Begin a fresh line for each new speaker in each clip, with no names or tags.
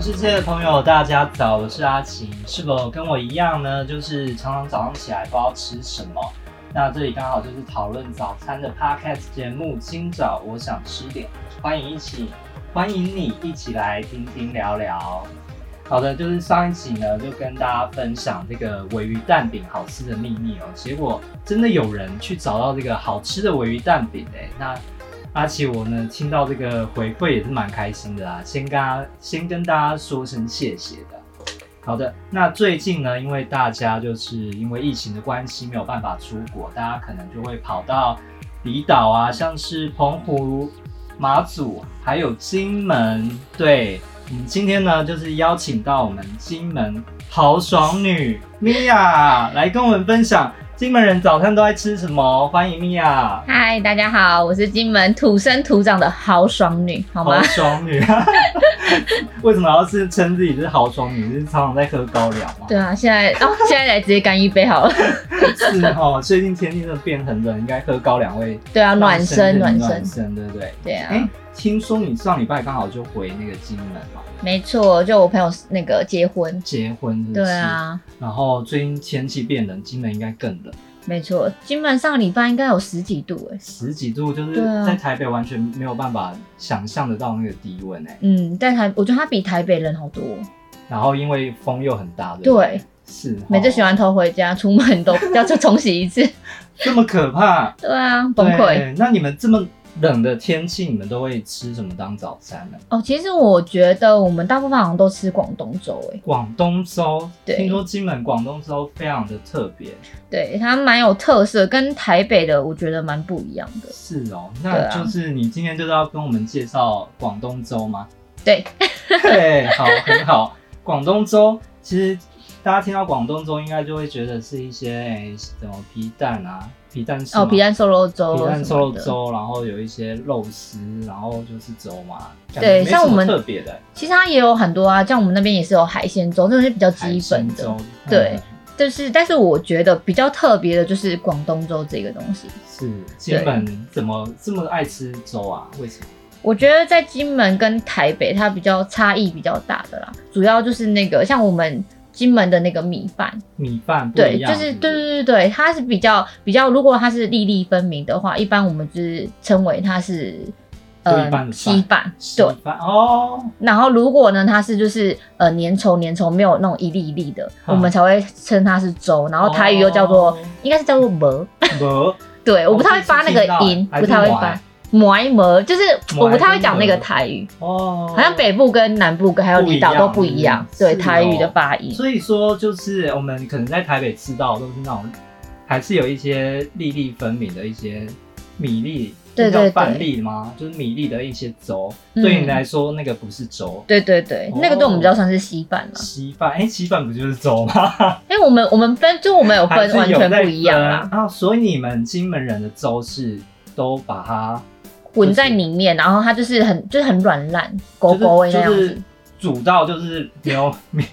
界的朋友，大家早，我是阿晴。是否跟我一样呢？就是常常早上起来不知道吃什么。那这里刚好就是讨论早餐的 podcast 节目。今早我想吃点，欢迎一起，欢迎你一起来听听聊聊。好的，就是上一集呢，就跟大家分享这个尾鱼蛋饼好吃的秘密哦。结果真的有人去找到这个好吃的尾鱼蛋饼哎、那阿奇我呢听到这个回馈也是蛮开心的啦，啊先跟大先跟大家说声谢谢的。好的，那最近呢，因为大家就是因为疫情的关系没有办法出国，大家可能就会跑到离岛啊，像是澎湖、马祖，还有金门。对，我们今天呢，就是邀请到我们金门豪爽女米娅来跟我们分享金门人早餐都爱吃什么。欢迎米娅。
嗨，大家好，我是金门土生土长的豪爽女，好吗
豪？爽女，啊 为什么要是称自己是豪爽女？是常常在喝高粱吗？
对啊，现在 哦，现在来直接干一杯好了。
是哦，最近天气真的变很冷，应该喝高粱会
对啊，暖身
暖
暖
暖
身，
身，对不对？
对啊，
哎、听说你上礼拜刚好就回那个金门嘛，
没错，就我朋友那个结婚。
结婚是不是
对，啊，
然后最近天气变冷，金门应该更冷，
没错，金门上礼拜应该有十几度哎、
十几度，就是
对啊
在台北完全没有办法想象得到那个低温哎、
嗯，在台，我觉得它比台北人好
哦
多。
然后因为风又很大，对不对？
对，
是，
每次
哦
洗完头回家，出 门都要再重洗一次。
这么可怕，
对啊，崩溃。
对。那你们这么冷的天气，你们都会吃什么当早餐呢？
哦，其实我觉得我们大部分好像都吃广东粥哎、
广东粥，
对
听说金门广东粥非常的特别，
对，它蛮有特色，跟台北的我觉得蛮不一样的。
是哦。
对
那
啊
就是你今天就是要跟我们介绍广东粥 吗？
对，
对，好，很好。广东粥其实大家听到广东粥，应该就会觉得是一些诶什么皮蛋啊，皮蛋是
哦，
吗
皮蛋瘦肉粥，
皮蛋瘦肉。粥，然后有一些肉丝，然后就是粥嘛，感觉没
对像
什
我
么
们
特别的
其实它也有很多啊，像我们那边也是有海鲜粥，那种是比较基本
海鲜
的
粥。，
对
嗯
就是，但是我觉得比较特别的就是广东粥这个东西。
是金门怎么这么爱吃粥啊？为什么？
我觉得在金门跟台北它比较差异比较大的啦，主要就是那个像我们金门的那个米饭，
米饭不
对，
一样，
就是
不
对对对对，它是比较比较，如果它是粒粒分明的话，一般我们就是称为它是呃
就一般的饭
稀饭，对
稀。饭哦，
然后如果呢，它是就是呃粘稠粘稠，没有那种一粒一粒的，
嗯
我们才会称它是粥。然后台语又叫做，
哦
应该是叫做馍。
馍，
对，我不太会发那个
我第一次
音
听，到
不太会
还
发
是。
馍一馍，就是
馍
我不太会讲那个台语，
哦，
好像。北部跟南部跟还有离岛都不一样，
不一样
对
嗯
台语的发音。
所以说，就是我们可能在台北吃到的都是那种，还是有一些粒粒分明的一些米粒，
对
那叫
对
饭
对
粒吗？就是米粒的一些粥，
嗯
对你来说那个不是粥。
对对对
哦，
那个对我们比较算是稀饭了，
稀饭，哎、稀饭不就是粥吗？
因为我们我们分就我们有 分
还是
完
有
全
在
不一样啦
分，啊！所以你们金门人的粥是都把它
混在里面，然后它就是很就是很软烂，狗狗味那样
就
子
是。煮到就是没有 米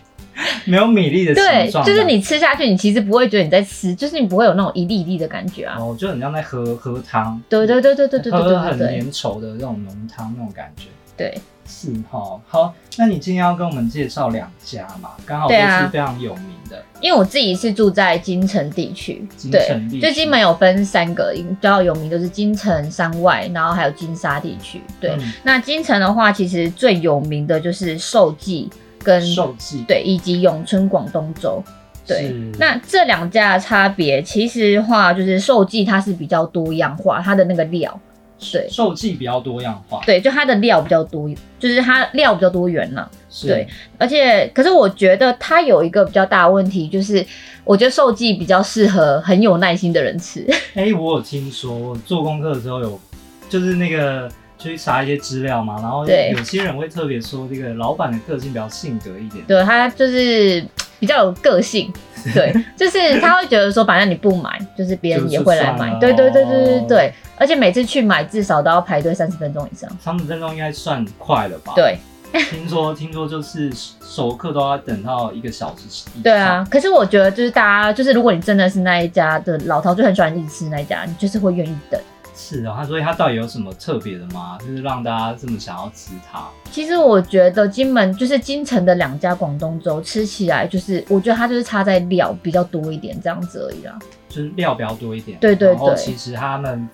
没有米粒的
对
形状，，
就是。你吃下去，你其实不会觉得你在吃，就是你不会有那种一粒一粒的感觉啊。
哦，就很像在喝喝汤，
对对对对对对对
喝
对
很
对
粘稠的那种浓汤那种感觉。
对
是哈，好，那你今天要跟我们介绍两家嘛，刚好都
对啊
是非常有名的，
因为我自己是住在金城地区
金，
对
城地，区
就金门有分三个，比较有名就是金城、山外，然后还有金沙地区。对，
嗯
那金城的话，其实最有名的就是寿记跟
寿记，
嗯对，以及永春广东粥。对
是，
那这两家的差别，其实话就是寿记它是比较多样化，它的那个料，对，
寿记比较多样化，
对，就它的料比较多，就是它料比较多元啦。
是
对，而且，可是我觉得它有一个比较大的问题，就是我觉得寿记比较适合很有耐心的人吃。
哎、我有听说，我做功课的时候有，就是那个去查一些资料嘛，然后
对
有些人会特别说这个老板的个性比较性格一点，
对，它就是比较有个性。对，就是他会觉得说，反正你不买，就是别人也会来买。
就是算
对对
了
对对对对，而且每次去买至少都要排队三十分钟以上。
三十分钟应该算快了吧？，
对
听说听说就是熟客都要等到一个小时以上。
对，啊，可是我觉得就是大家就是，如果你真的是那一家的老饕，就很喜欢一直吃那一家，你就是会愿意等。
是啊，他所以它到底有什么特别的吗？就是让大家这么想要吃它？
其实我觉得金门就是金城的两家广东粥，吃起来就是我觉得它就是差在料比较多一点这样子而已啦。
就是料比较多一点。
对对
然后
对
其实他们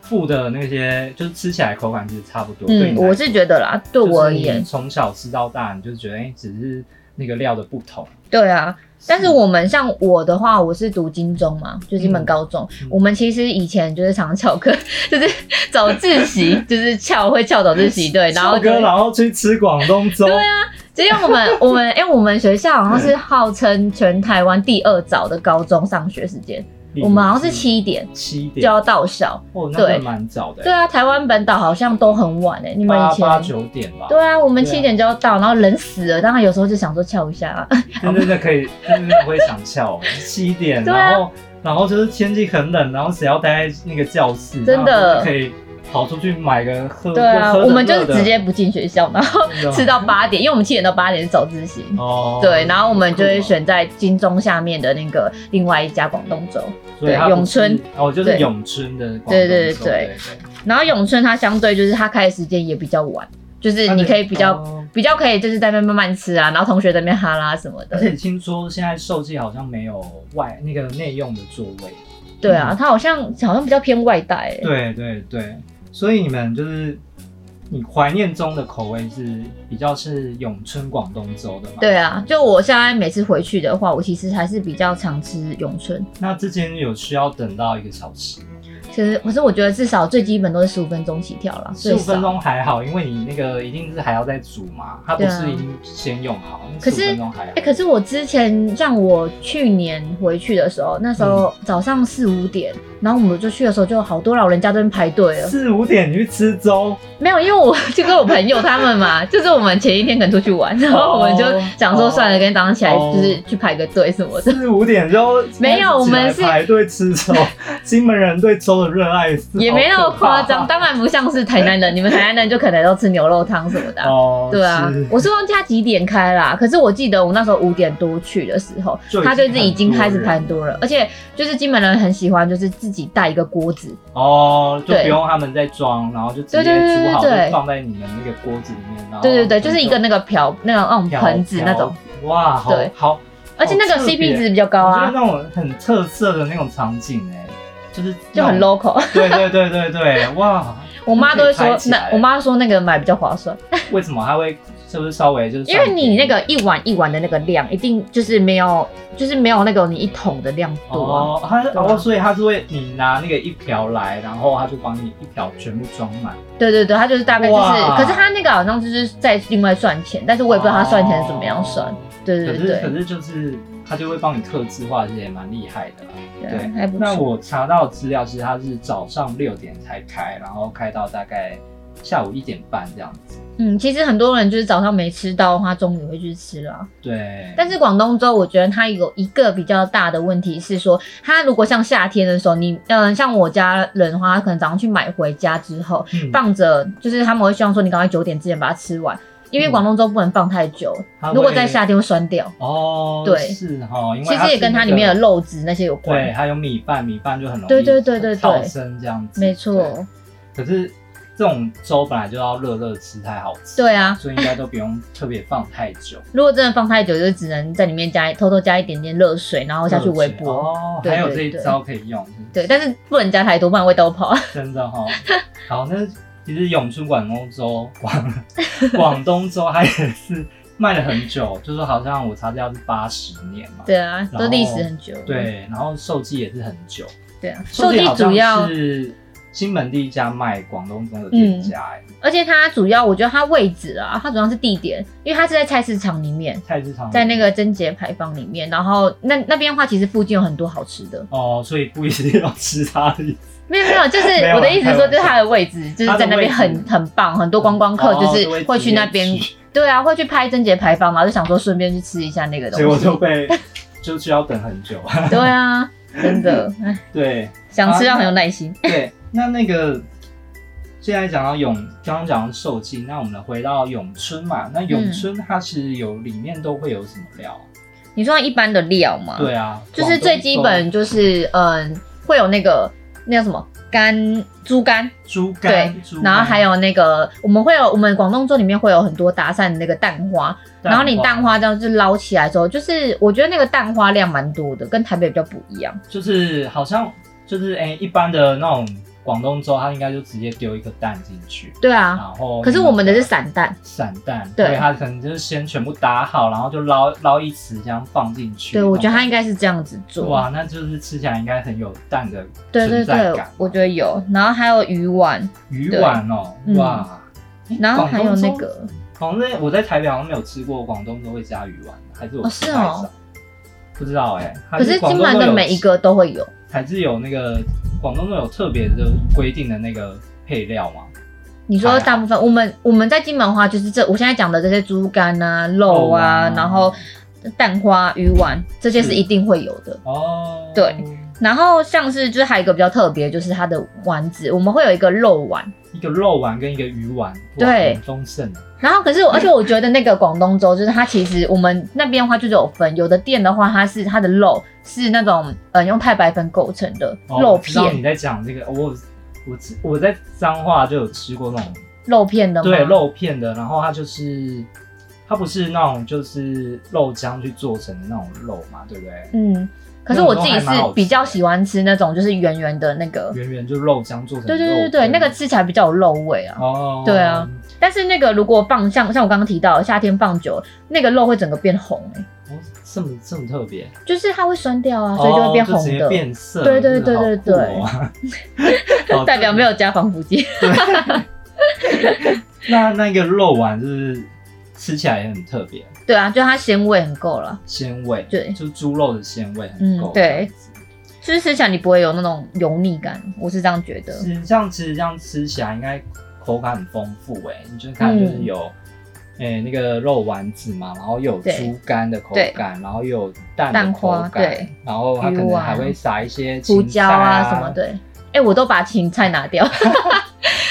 附的那些，就是吃起来口感其实差不多。对
嗯，
你来
我是觉得啦，对我而
就是
言
你，从小吃到大，你就觉得哎、只是那个料的不同。
对啊。但是我们像我的话，我是读金中嘛，就金门
嗯
高中。
嗯
我们其实以前就是常常翘课，就是早自 习，就是翘会翘早自习，对，然后
哥，
就
然后去吃广东粥，
对啊，只有我们我们哎、我们学校好像
嗯
是号称全台湾第二早的高中上学时间，
例如
我们好像是七点
七
就
嗯点，
要到校。
哦，那
对
个蛮早的、
对啊，台湾本岛好像都很晚哎、你们
八
以前
八九点吧。
对啊，我们
对啊
七点就要到，然后人死了，当然有时候就想说翘一下啊。
真的可以，真的会想翘、哦，七点，
对啊
然后然后就是天气很冷，然后谁要待在那个教室，
真的
然后就可以跑出去买个喝，
对啊，
喝的
我们就是
热的
直接不进学校，然后
真的吗
吃到八点，因为我们七点到八点是早自习。
啊哦，
对，然后我们就会
酷哦
选在金钟下面的那个另外一家广东粥。
所以它
对
不是
咏春
哦，就是
对
咏春的广东粥，
对对对对
对，
然后永春它相对就是它开的时间也比较晚，就是
它
你
的
可以比较、
哦
比较可以就是在那边慢慢吃啊，然后同学在那边哈拉什么
而且
的。
听说现在寿记好像没有外那个内用的座位，
对啊，它好像好像比较偏外带、欸。
对对对，所以你们就是你怀念中的口味是比较是咏春广东粥的嘛？
对啊，就我现在每次回去的话，我其实还是比较常吃永春。
那之前有需要等到一个小时，
其实，可是我觉得至少最基本都是十五分钟起跳啦，
十
最
五
少
分。钟还好，因为你那个一定是还要再煮嘛，它不
对啊
是已经先用好，
可
十五
是
分钟还好
哎、。可是我之前像我去年回去的时候，那时候
嗯
早上四五点，然后我们就去的时候，就好多老人家在那边排队了。
四五点你去吃 粥，
没有，因为我就跟我朋友他 们嘛，就是我们前一天可能出去玩，然
哦
后我们就想说算了，跟早上起来就是去排个队 什么的。
四五点就
没有我
开
们是
始起来排队吃 粥。金门人对粥的热爱是
也没那
好
么
可
夸
怕
张，当然不像是台南人，你们台南人就可能都吃牛肉汤什么的啊、
哦。
对啊
是，
我是忘记他几点开啦，可是我记得我那时候五点多去的时候
就已经，
他就是已经开
很多
始
人
排很多人，而且就是金门人很喜欢，就是自己带一个锅子，
哦，就
对
不用他们再装，然后就直接
对对对
煮好，就
对对
放在你们那个锅子里面。然后
对对对，就是一个那个瓢，那种那种
瓢
盆子那种，。
瓢哇，好
对
好，
而且那个
哦好特别
CP 值比较高
我觉得
啊，
那种很特色的那种场景哎、就是
就很
那种。
local。
对对对对对，哇！
我妈都会说
可以拍起来
那我妈说那个买比较划算，
为什么它会就是稍微就是
因
算
为
便宜？
你那个一碗一碗的那个量，一定就是没有就是没有那个你一桶的量多啊。
哦，它是
对啊
哦，所以它是会你拿那个一瓢来，然后它就帮你一瓢全部装满。
对对对，它就是大概就是，
哇
可是它那个好像就是在另外算钱，但是我也不知道它算钱是怎么样算
哦。
对
可
对
是
对
可是就是它就会帮你克制化，其实也蛮厉害的啦。
对
对
啊，还不
那
错。
我查到资料，其实它是早上六点才开，然后开到大概下午一点半这样子。
嗯，其实很多人就是早上没吃到的话，中午也会去吃啦。
对，
但是广东粥，我觉得它有一个比较大的问题是说，它如果像夏天的时候，你嗯、呃像我家人的话，他可能早上去买回家之后，
嗯
放着，就是他们会希望说你赶快九点之前把它吃完，因为
嗯
广东粥不能放太久，
它会
如果在夏天会酸掉。
哦，
对
是哈，因为
其实也
是
跟它
那
里
个
面的肉质那些有
对，
关。
还有米饭，米饭就很容易
对对对对对
跳升这样子，
没错，
对。可是这种粥本来就要热热吃才好吃，
对啊
所以应该都不用特别放太久。
如果真的放太久，就只能在里面加偷偷加一点点热水，然后下去微波。
哦，
对
还有
对
这一
对
招可以用，
对，但是不能加太多，不然味道跑。
真的哈、好，那其实永春广东粥广 广东粥，它也是卖了很久，就说好像我查资料是八十年嘛。
对啊，
后
都历史很久。
对，然后寿记也是很久，
对啊，寿
记
记
好像
主要，
是新门第一家卖广东粥的店家、哎、
而且它主要我觉得它位置啊，它主要是地点，因为它是在菜市场里面，
菜市场
在那个贞节牌坊里面，然后那那边的话，其实附近有很多好吃的。
哦，所以不一定要吃它的意 思，
没有没有，就是
没有啊
我的意思是
开
说，
玩笑
就是它的位置就是在
它的
那边
位
很
置
很棒，很多观光客
哦
就是
就会
会去那边
直接，
对啊，会去拍贞节牌坊嘛，就想说顺便去吃一下那个
结果
东西。
就被 就需要等很久。
对啊，真的，唉
对
想吃要
啊
很有耐心。
对，那那个现在讲到永，刚刚讲到寿记，那我们回到永春嘛，那永春它其实有里面都会有什么料啊？
你说一般的料嘛，
对啊，
就是最基呃
广东
本就是嗯，会有那个那叫什么干猪肝，
猪
对
肝，猪，
然后
肝
还有那个我们会有我们广东粥里面会有很多搭讪的那个蛋花，然后你蛋花这样子捞起来之后，就是我觉得那个蛋花量蛮多的，跟台北比较不一样。
就是好像就是哎、一般的那种广东粥，它应该就直接丢一颗蛋进去，
对啊，
然后
可是我们的是散蛋，
散蛋，
对
对，它可能就是先全部打好，然后就捞捞一匙这样放进去。
对我觉得它应
该
该是这样子做。
哇，那就是吃起来应该很有蛋的
对
存
对
在
对
感，
我觉得有。然后还有鱼丸，
鱼丸哦、
对嗯
哇。诶
然后还有那，
广东
个
粥好像在我在台北好像没有吃过广东粥会加鱼丸，还是我
哦
吃
是
太
哦
少不知道哎、还
可是
广
金
东
门
都
的
有
每一个都会有，
还是有那个广东都有特别的规定的那个配料嘛？
你说
还好
大部分我们我们在金门的话，就是这我现在讲的这些猪肝啊、肉啊，然后蛋花、鱼丸这些是
是
一定会有的。
哦，
对，然后像是就是还有一个比较特别，就是它的丸子，我们会有一个肉丸。
一个肉丸跟一个鱼丸，哇
对
很丰盛的。
然后可是我，而且我觉得那个广东粥，就是它其实我们那边的话就是有分，有的店的话它是它的肉是那种呃用太白粉构成的
哦
肉
我知道
片，
你在讲这个，我我吃我在彰化就有吃过那种
肉片的吗？
对肉片的，然后它就是它不是那种就是肉浆去做成的那种肉嘛，对不对？
嗯。可是我自己
那种都还
是
蛮好吃的
比较喜欢吃那种就是圆圆的那个，
圆圆就肉浆做成的肉
对对对对
片
对，那个吃起来比较有肉味啊。
哦，
对啊，但是那个如果放像像我刚刚提到的，夏天放久了，那个肉会整个变红、欸，
哦这么这么特别，
就是它会酸掉啊，所以就会变
哦直
红
接
的。
变色，
对对对对对
真的好 酷哦好
代表没有加防腐剂，
那那个肉丸就是吃起来也很特别，
对啊，就它鲜味很够了，
鲜味，
对
就是猪肉的鲜味很够、
嗯对就是吃起来你不会有那种油腻感，我是这样觉得
这。样子。是这样，其实这样吃起来应该口感很丰富哎、你就看就是
嗯
有，诶、那个肉丸子嘛，然后又有
对
猪肝的口感，然后又有蛋的
蛋
口
花
感，
对，
然后它可
鱼
能
丸
还会撒一些
胡
青菜
椒啊什么，的，哎、我都把芹菜拿掉，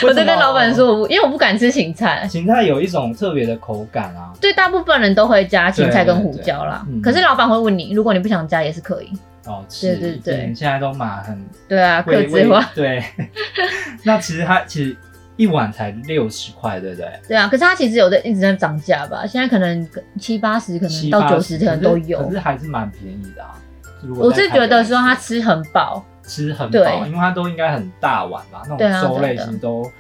我
为
都
什么哦
跟老板说，我不因为我不敢吃芹菜。
芹菜有一种特别的口感啊，
对，大部分人都会加芹菜跟胡椒啦。
对对对嗯
可是老板会问你，如果你不想加也是可以。
哦，是，
对对对
一定现在都蛮很
对啊，克
贵
制化。
对。 那其实它其实一碗才六十块，对不对？
对啊，可是它其实有的一直在涨价吧，现在可能七八十，可能
七
到
八
九十可能都
可
有
是。还是蛮便宜的啊。如果
我
在
是
台北
觉得说
来
它
吃
吃很饱，
吃很
对
饱，因为它都应该很大碗吧，那
对啊
种粥类
真的
其实都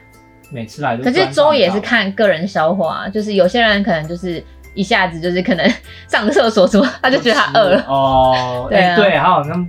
每次来都
可
端
是
上
粥也
大
是
碗
看个人消化，就是有些人可能就是一下子就是可能上个厕所什么，他就觉得他饿
吃
了。
哦，
对啊
哎对，它好像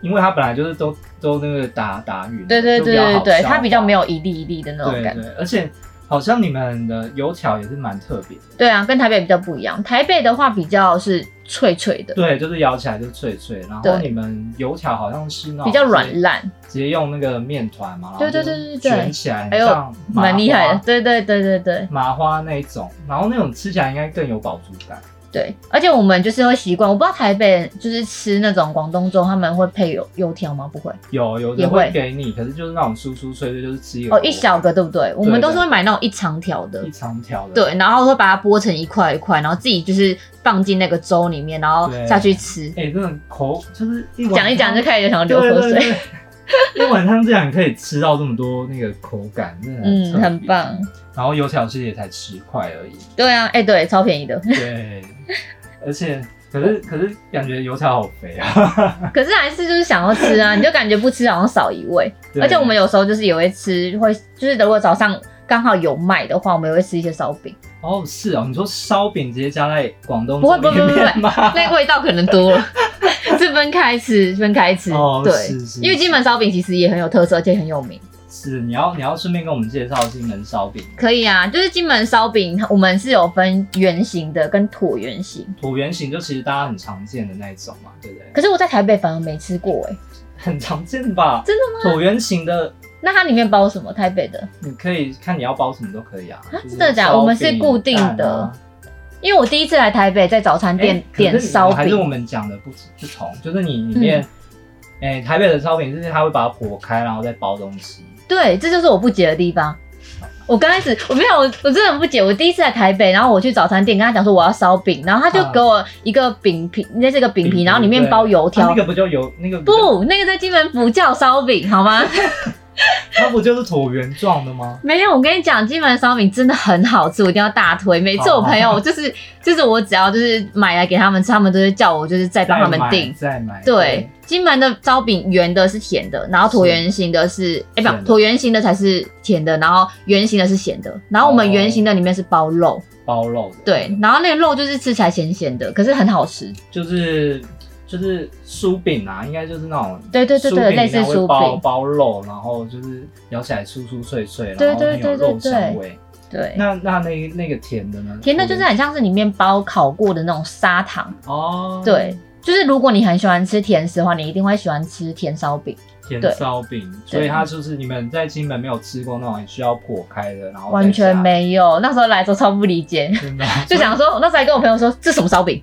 因为它本来就是都都那个打打匀，
对对
就
对
比较
对
好
对，
消
它比较
化
没有一粒一粒的那种
对
感觉。
对，而且好像你们的油条也是蛮特别的，
对啊，跟台北比较不一样。台北的话比较是脆脆的，
对，就是咬起来就脆脆，然后
对
你们油条好像是那种
比较
是
软烂，
直接用那个面团嘛，然后
对对
就是
对对对
卷起来，
哎呦
像麻
蛮厉害的
花。。
对对对对对
麻花那一种，然后那种吃起来应该更有饱足感。
对，而且我们就是会习惯，我不知道台北就是吃那种广东粥，他们会配油油条吗？不会。
有有
也
的
会
会给你，可是就是那种酥酥脆脆，就是吃一个
哦，一小个对不对？我们
对
都是会买那种一长条的
一，长条的，
对，然后会把它剥成一块一块，然后自己就是放进那个粥里面，然后
对
下去吃。
哎、真的口就是一碗
讲一讲就
汤
开始想要流口水，
对对 对一碗汤竟然可以吃到这么多那个口感，真的
嗯，
特别
很棒。。
然后油条其实也才十块而已，
对啊，哎、对，超便宜的。
对，而且可是可是感觉油条好肥啊，
可是还是就是想要吃啊，你就感觉不吃好像少一味。
对
而且我们有时候就是也会吃，会就是如果早上刚好有卖的话，我们也会吃一些烧饼，
哦，是哦，你说烧饼直接加在广东
不会
粥里
不会不会
面吗？
那个味道可能多 了，是分开吃，分开吃。
哦
对，
是是
因为金门烧饼其实也很有特色，而且很有名。
是，你要你要顺便跟我们介绍金门烧饼，
可以啊，就是金门烧饼，我们是有分圆形的跟椭圆形。
椭圆形就其实大家很常见的那一种嘛，对不对？
可是我在台北反而没吃过哎、
很常见吧？
真
的吗？椭圆形的
那它里面包什么？台北的，
你可以看你要包什么都可以啊。就是
真的假
烧
的
饼
我们是固定的
蛋啊
因为我第一次来台北，在早餐店、
哎可是
点
你
烧
还是我
饼，嗯
们讲的不不同，就是你里面，哎、台北的烧饼就是它会把它剖开，然后再包东西。
对，这就是我不解的地方。我刚开始我没有，我我真的很不解。我第一次来台北，然后我去早餐店跟他讲说我要烧饼，然后他就
嗯
给我一个饼皮，那是个饼
饼皮
皮，然后里面包油
啊
条
那。个不就有那个就，
不，那个在金门不叫烧饼，好 吗？
它不就是椭圆状的吗？
没有，我跟你讲，金门烧饼真的很好吃，我一定要大推。每次我朋友就是就是我只要就是买来给他们吃，他们都是叫我就是再帮他们订。
再买，
对，，金门的烧饼圆的是甜的，然后椭圆形的是，哎、
咸
不，
的
椭圆形的才是甜的，然后圆形的是咸的，然后我们
哦
圆形的里面是包肉，
包肉的，
对，，然后那个肉就是吃起来咸咸的，可是很好吃。
就是就是酥饼啊，应该就是那种。
对对对对，类似
饼里面会
酥
包
饼，
包肉，然后就是咬起来酥酥脆脆，
对
然后很有
对对
肉
对
香味。
对，
那那那那个甜的呢？
甜的就是很像是里面包烤过的那种砂糖。
哦，
对，，就是如果你很喜欢吃甜食的话，你一定会喜欢吃甜烧饼。
甜
对
烧饼，所以它就是你们在金门没有吃过那种需要破开的，然后再
完全
加，
没有，那时候来的时候超不 理解，
真的
就想说，我那时候还跟我朋友说这什么烧 饼，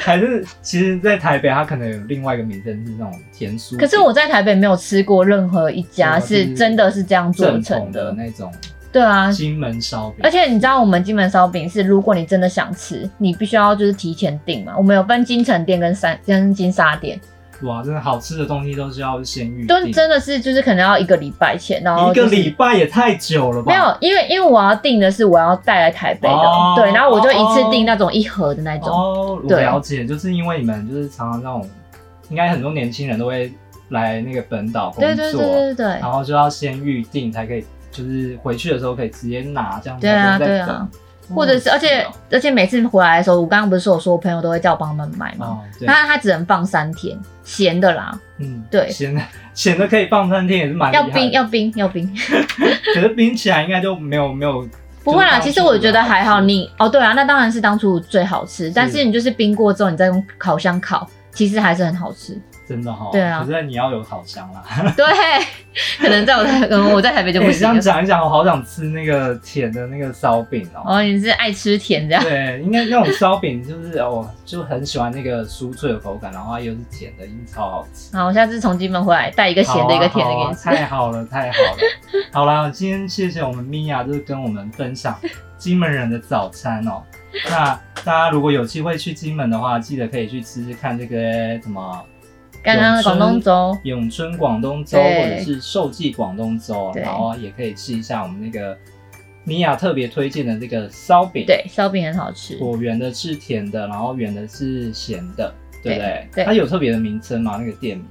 还是其实，在台北它可能有另外一个名称是那种甜酥饼，
可是我在台北没有吃过任何一家
啊是
是真的是这样做
正
成
统的
的。
那种
对啊，
金门烧饼，
而且你知道，我们金门烧饼是，如果你真的想吃，你必须要就是提前订嘛。我们有分金城店跟三跟金沙店，
哇，真的好吃的东西都是要先预
都
定，
真的是就是可能要一个礼拜前，然后、
一
就
个
是
礼拜也太久了吧？
没有，因为因为我要订的是我要带来台北的，
哦
对，然后我就一次订那种一盒的那种。
哦，我
对啊
了解，就是因为你们就是常常那种，应该很多年轻人都会来那个本岛工作，
对对对对对对
然后就要先预定才可以，就是回去的时候可以直接拿这样子。
对啊
不用再
对
等
啊，或者是，而且
哦
而且每次回来的时候，我刚刚不是说我说我朋友都会叫我帮他们买吗？
哦，对，
那他只能放三天，咸的啦，
嗯，
对
显得 显得可以放三天也是蛮厉害
要
的
冰要冰要冰。
可是冰起来应该就没有没有，
不会啦，
就是当初
其实我觉得还好
的
你。哦，对啊，那当然是当初最好吃，但是你就是冰过之后，你再用烤箱烤，其实还是很好 吃。
真的哈，
对啊
可是你要有烤箱啦。
对，可能在我台，可能我在台北就
欸
不
这
行
样
了。
讲一讲，我好想吃那个甜的那个烧饼哦。
哦，你是爱吃甜这样？
对，应该那种烧饼就是哦，就很喜欢那个酥脆的口感，然后它又是甜的，应该超好吃。
好，我下次从金门回来带一个咸的，一个甜的给
好啊
你吃。
好啊太好了，太好了。好啦，今天谢谢我们米娅，就是跟我们分享金门人的早餐哦。那大家如果有机会去金门的话，记得可以去吃吃看这个什么啊
刚刚的广东粥，
永春广东粥
对
或者是寿记广东粥，
对
然后也可以试一下我们那个米娅特别推荐的这个烧饼。
对，烧饼很好吃。
我圆的是甜的，然后圆的是咸的，对不对？
对对
它有特别的名称吗？那个店名？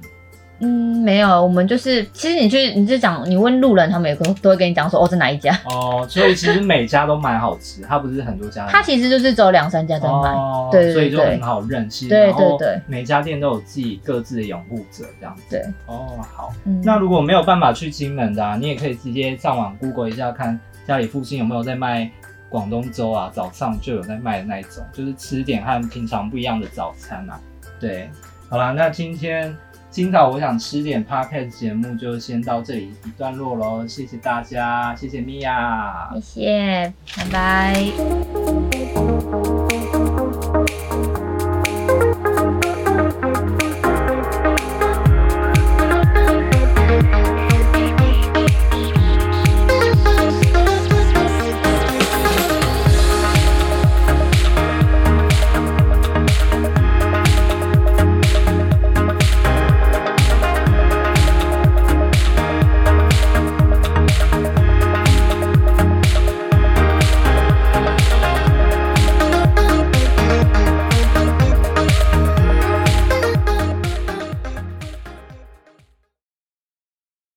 嗯，没有，我们就是，其实你去，你就讲，你问路人，他们也都都会跟你讲说，哦，这哪一家？
哦，所以其实每家都蛮好吃，它不是很多家
它其实就是只有两三家在卖。
哦，
对对
所以就
对
很好认。其实
对
然后
对对
每家店都有自己各自的拥护者这样子。
对，
哦，好。
嗯，
那如果没有办法去金门的、啊，你也可以直接上网 Google 一下，看家里附近有没有在卖广东粥啊，早上就有在卖的那一种，就是吃点和平常不一样的早餐啊。对，好啦，那今天今早我想吃点 podcast 节目就先到这里一段落喽，谢谢大家，谢谢米娅，
谢谢，拜拜。